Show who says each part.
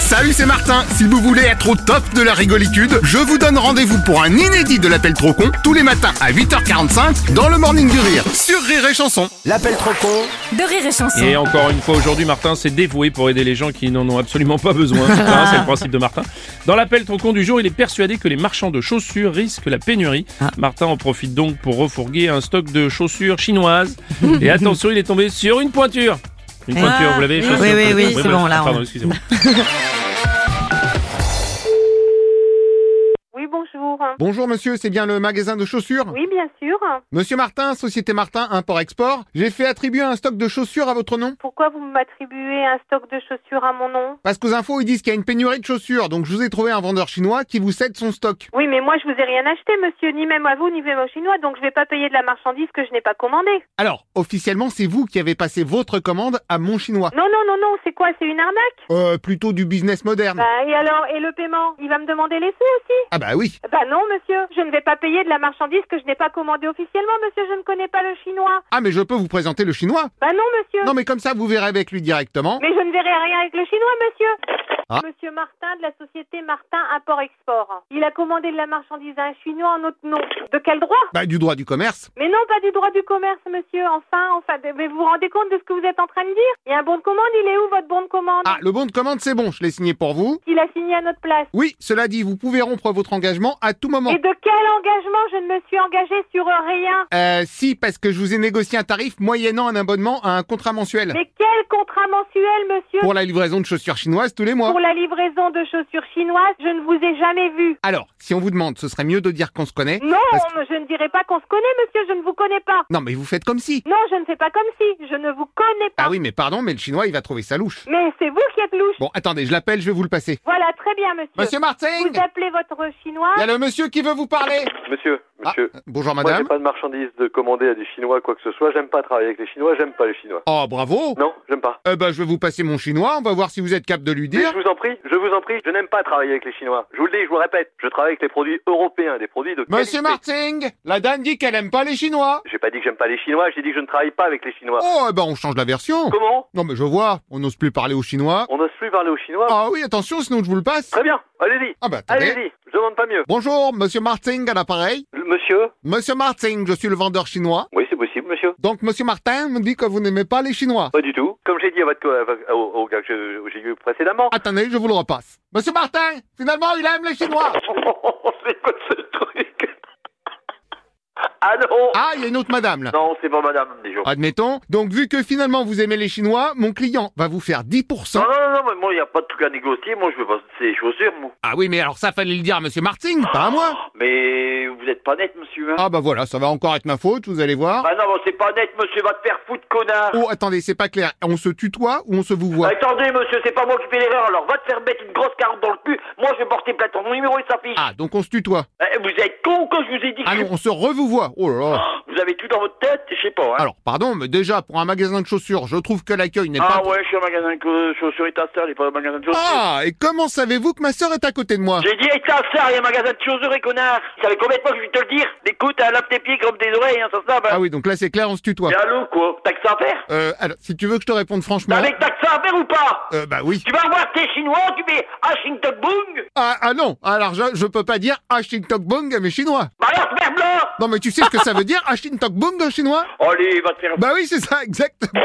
Speaker 1: Salut, c'est Martin. Si vous voulez être au top de la rigolitude, je vous donne rendez-vous pour un inédit de l'appel trop con tous les matins à 8h45 dans le Morning du Rire sur Rire et Chanson.
Speaker 2: L'appel trop con
Speaker 3: de rire et chanson.
Speaker 4: Et encore une fois, aujourd'hui, Martin s'est dévoué pour aider les gens qui n'en ont absolument pas besoin. Hein, c'est le principe de Martin. Dans l'appel trop con du jour, il est persuadé que les marchands de chaussures risquent la pénurie.
Speaker 5: Ah.
Speaker 4: Martin en profite donc pour refourguer un stock de chaussures chinoises. Et attention, il est tombé sur une pointure. Une pointure, vous l'avez chaussures,
Speaker 5: Ah. oui, oui,
Speaker 4: pointure.
Speaker 5: oui, c'est
Speaker 4: bah,
Speaker 5: bon, là,
Speaker 4: Pardon,
Speaker 5: on-
Speaker 4: excusez-moi.
Speaker 6: Oui, bonjour.
Speaker 1: Bonjour monsieur, c'est bien le magasin de chaussures
Speaker 6: Oui, bien sûr.
Speaker 1: Monsieur Martin, Société Martin Import-Export, j'ai fait attribuer un stock de chaussures à votre nom.
Speaker 6: Pourquoi vous m'attribuez un stock de chaussures à mon nom
Speaker 1: Parce qu'aux infos, ils disent qu'il y a une pénurie de chaussures, donc je vous ai trouvé un vendeur chinois qui vous cède son stock.
Speaker 6: Oui, mais moi, je vous ai rien acheté, monsieur, ni même à vous, ni même aux Chinois, donc je vais pas payer de la marchandise que je n'ai pas commandée.
Speaker 1: Alors, officiellement, c'est vous qui avez passé votre commande à mon chinois.
Speaker 6: Non, non, non, non, c'est quoi C'est une arnaque
Speaker 1: Euh, plutôt du business moderne.
Speaker 6: Bah, et alors, et le paiement Il va me demander les sous aussi
Speaker 1: Ah bah oui.
Speaker 6: Bah non, monsieur, je ne vais pas payer de la marchandise que je n'ai pas commandée officiellement, monsieur, je ne connais pas le chinois.
Speaker 1: Ah mais je peux vous présenter le chinois
Speaker 6: Bah non, monsieur.
Speaker 1: Non mais comme ça, vous verrez avec lui directement.
Speaker 6: Mais je ne verrai rien avec le chinois, monsieur.
Speaker 1: Ah.
Speaker 6: Monsieur Martin de la société Martin Import-Export. Il a commandé de la marchandise à un chinois en notre nom. De quel droit
Speaker 1: Bah du droit du commerce.
Speaker 6: Mais non, pas du droit du commerce, monsieur. Enfin, enfin, mais vous vous rendez compte de ce que vous êtes en train de dire Il y a un bon de commande, il est où votre bon de commande
Speaker 1: Ah, le bon de commande, c'est bon, je l'ai signé pour vous.
Speaker 6: Il a signé à notre place.
Speaker 1: Oui, cela dit, vous pouvez rompre votre engagement à tout moment.
Speaker 6: Et de quel engagement je ne me suis engagée sur rien
Speaker 1: Euh, si, parce que je vous ai négocié un tarif moyennant un abonnement à un contrat mensuel.
Speaker 6: Mais quel contrat mensuel, monsieur
Speaker 1: Pour la livraison de chaussures chinoises tous les mois.
Speaker 6: Pour la livraison de chaussures chinoises, je ne vous ai jamais vu.
Speaker 1: Alors, si on vous demande, ce serait mieux de dire qu'on se connaît.
Speaker 6: Non,
Speaker 1: Parce
Speaker 6: on- je ne dirai pas qu'on se connaît, monsieur, je ne vous connais pas.
Speaker 1: Non, mais vous faites comme si.
Speaker 6: Non, je ne fais pas comme si, je ne vous connais pas.
Speaker 1: Ah oui, mais pardon, mais le chinois, il va trouver sa louche.
Speaker 6: Mais c'est vous qui êtes louche.
Speaker 1: Bon, attendez, je l'appelle, je vais vous le passer.
Speaker 6: Voilà, très bien, monsieur.
Speaker 1: Monsieur Martin
Speaker 6: Vous
Speaker 1: Il
Speaker 6: appelez votre chinois
Speaker 1: y a le monsieur qui veut vous parler.
Speaker 7: Monsieur,
Speaker 1: Ah,
Speaker 7: monsieur.
Speaker 1: bonjour
Speaker 7: Moi, j'ai
Speaker 1: madame.
Speaker 7: pas de marchandises de commander à des Chinois, quoi que ce soit. J'aime pas travailler avec les Chinois, j'aime pas les Chinois.
Speaker 1: Oh, bravo.
Speaker 7: Non, j'aime pas.
Speaker 1: Eh ben, je vais vous passer mon chinois, on va voir si vous êtes capable de lui
Speaker 7: Mais
Speaker 1: dire.
Speaker 7: je vous en prie, je vous en prie, je n'aime pas travailler avec les Chinois. Je vous le dis, je vous le répète, je travaille avec les produits européens, des produits de
Speaker 1: Monsieur
Speaker 7: qualité.
Speaker 1: Martin, la dame dit qu'elle aime pas les chinois.
Speaker 7: J'ai pas dit que j'aime pas les Chinois, j'ai dit que je ne travaille pas avec les Chinois.
Speaker 1: Oh, eh ben, on change la version.
Speaker 7: Comment Oh.
Speaker 1: Non, mais je vois, on n'ose plus parler aux chinois.
Speaker 7: On n'ose plus parler aux Chinois
Speaker 1: Ah oui, attention, sinon je vous le passe.
Speaker 7: Très bien, allez-y,
Speaker 1: Ah bah, attendez.
Speaker 7: allez-y, je demande pas mieux.
Speaker 1: Bonjour, monsieur Martin à l'appareil.
Speaker 7: Le- Monsieur
Speaker 1: Monsieur Martin, je suis le vendeur chinois.
Speaker 7: Oui, c'est possible, monsieur.
Speaker 1: Donc, monsieur Martin me dit que vous n'aimez pas les chinois.
Speaker 7: Pas du tout. Comme j'ai dit à votre, co- à votre- au, au gars que je- j'ai eu précédemment.
Speaker 1: Attendez, je vous le repasse. Monsieur Martin, finalement, il aime les chinois.
Speaker 7: c'est quoi ce truc Ah non
Speaker 1: Ah, il y a une autre madame, là.
Speaker 7: Non, c'est bon, madame, déjà.
Speaker 1: Ah, Admettons. Donc, vu que finalement vous aimez les chinois, mon client va vous faire 10%.
Speaker 7: Non, non, non, mais moi, il n'y a pas de truc à négocier. Moi, je veux pas ces chaussures, moi.
Speaker 1: Ah oui, mais alors ça, fallait le dire à monsieur Martin, pas à moi.
Speaker 7: Mais vous n'êtes pas net, monsieur. Hein
Speaker 1: Ah bah voilà, ça va encore être ma faute, vous allez voir.
Speaker 7: Ah non, mais c'est pas net, monsieur. Va te faire foutre, connard. Ah,
Speaker 1: Oh, attendez, c'est pas clair. On se tutoie ou on se vous voit
Speaker 7: Attendez, monsieur, c'est pas moi qui fais l'erreur. Alors, va te faire mettre une grosse carotte dans le cul. Moi, je vais porter plainte. Mon numéro, il s'affiche.
Speaker 1: Ah, donc on se tutoie.
Speaker 7: Eh, vous êtes con ou quoi Je vous ai dit que
Speaker 1: Ah non, on se revouvoie. Oh là là.
Speaker 7: vous avez tout dans votre tête. Je sais pas, hein.
Speaker 1: Alors, pardon, mais déjà, pour un magasin de chaussures, je trouve que l'accueil n'est pas...
Speaker 7: ah ouais, je suis un magasin de chaussures et ta sœur, il est pas un magasin de chaussures.
Speaker 1: Ah, et comment savez-vous que ma sœur est à côté de moi
Speaker 7: J'ai dit, et ta sœur, il y a un magasin de chaussures et connard. Ça fait combien de temps que je vais te le dire Écoute, hein, lave tes pieds comme des oreilles, hein, ça se lave.
Speaker 1: Ah
Speaker 7: Hein.
Speaker 1: oui, donc là, c'est clair, on se tutoie.
Speaker 7: Mais allô, quoi T'as que ça à faire
Speaker 1: Euh, alors, si tu veux que je te réponde
Speaker 7: T'as
Speaker 1: franchement...
Speaker 7: avec t'as que ça à faire ou pas
Speaker 1: Euh, bah oui.
Speaker 7: Tu vas voir tes Chinois, tu mets Washington Boong,
Speaker 1: Ah, ah non, alors je, je peux pas dire Ashing Tok Bong à mes chinois.
Speaker 7: bah alors merde là
Speaker 1: Non, mais tu sais ce que ça veut dire, Ashing Tok Bong en chinois
Speaker 7: Allez, va te faire...
Speaker 1: Bah oui, c'est ça, exactement.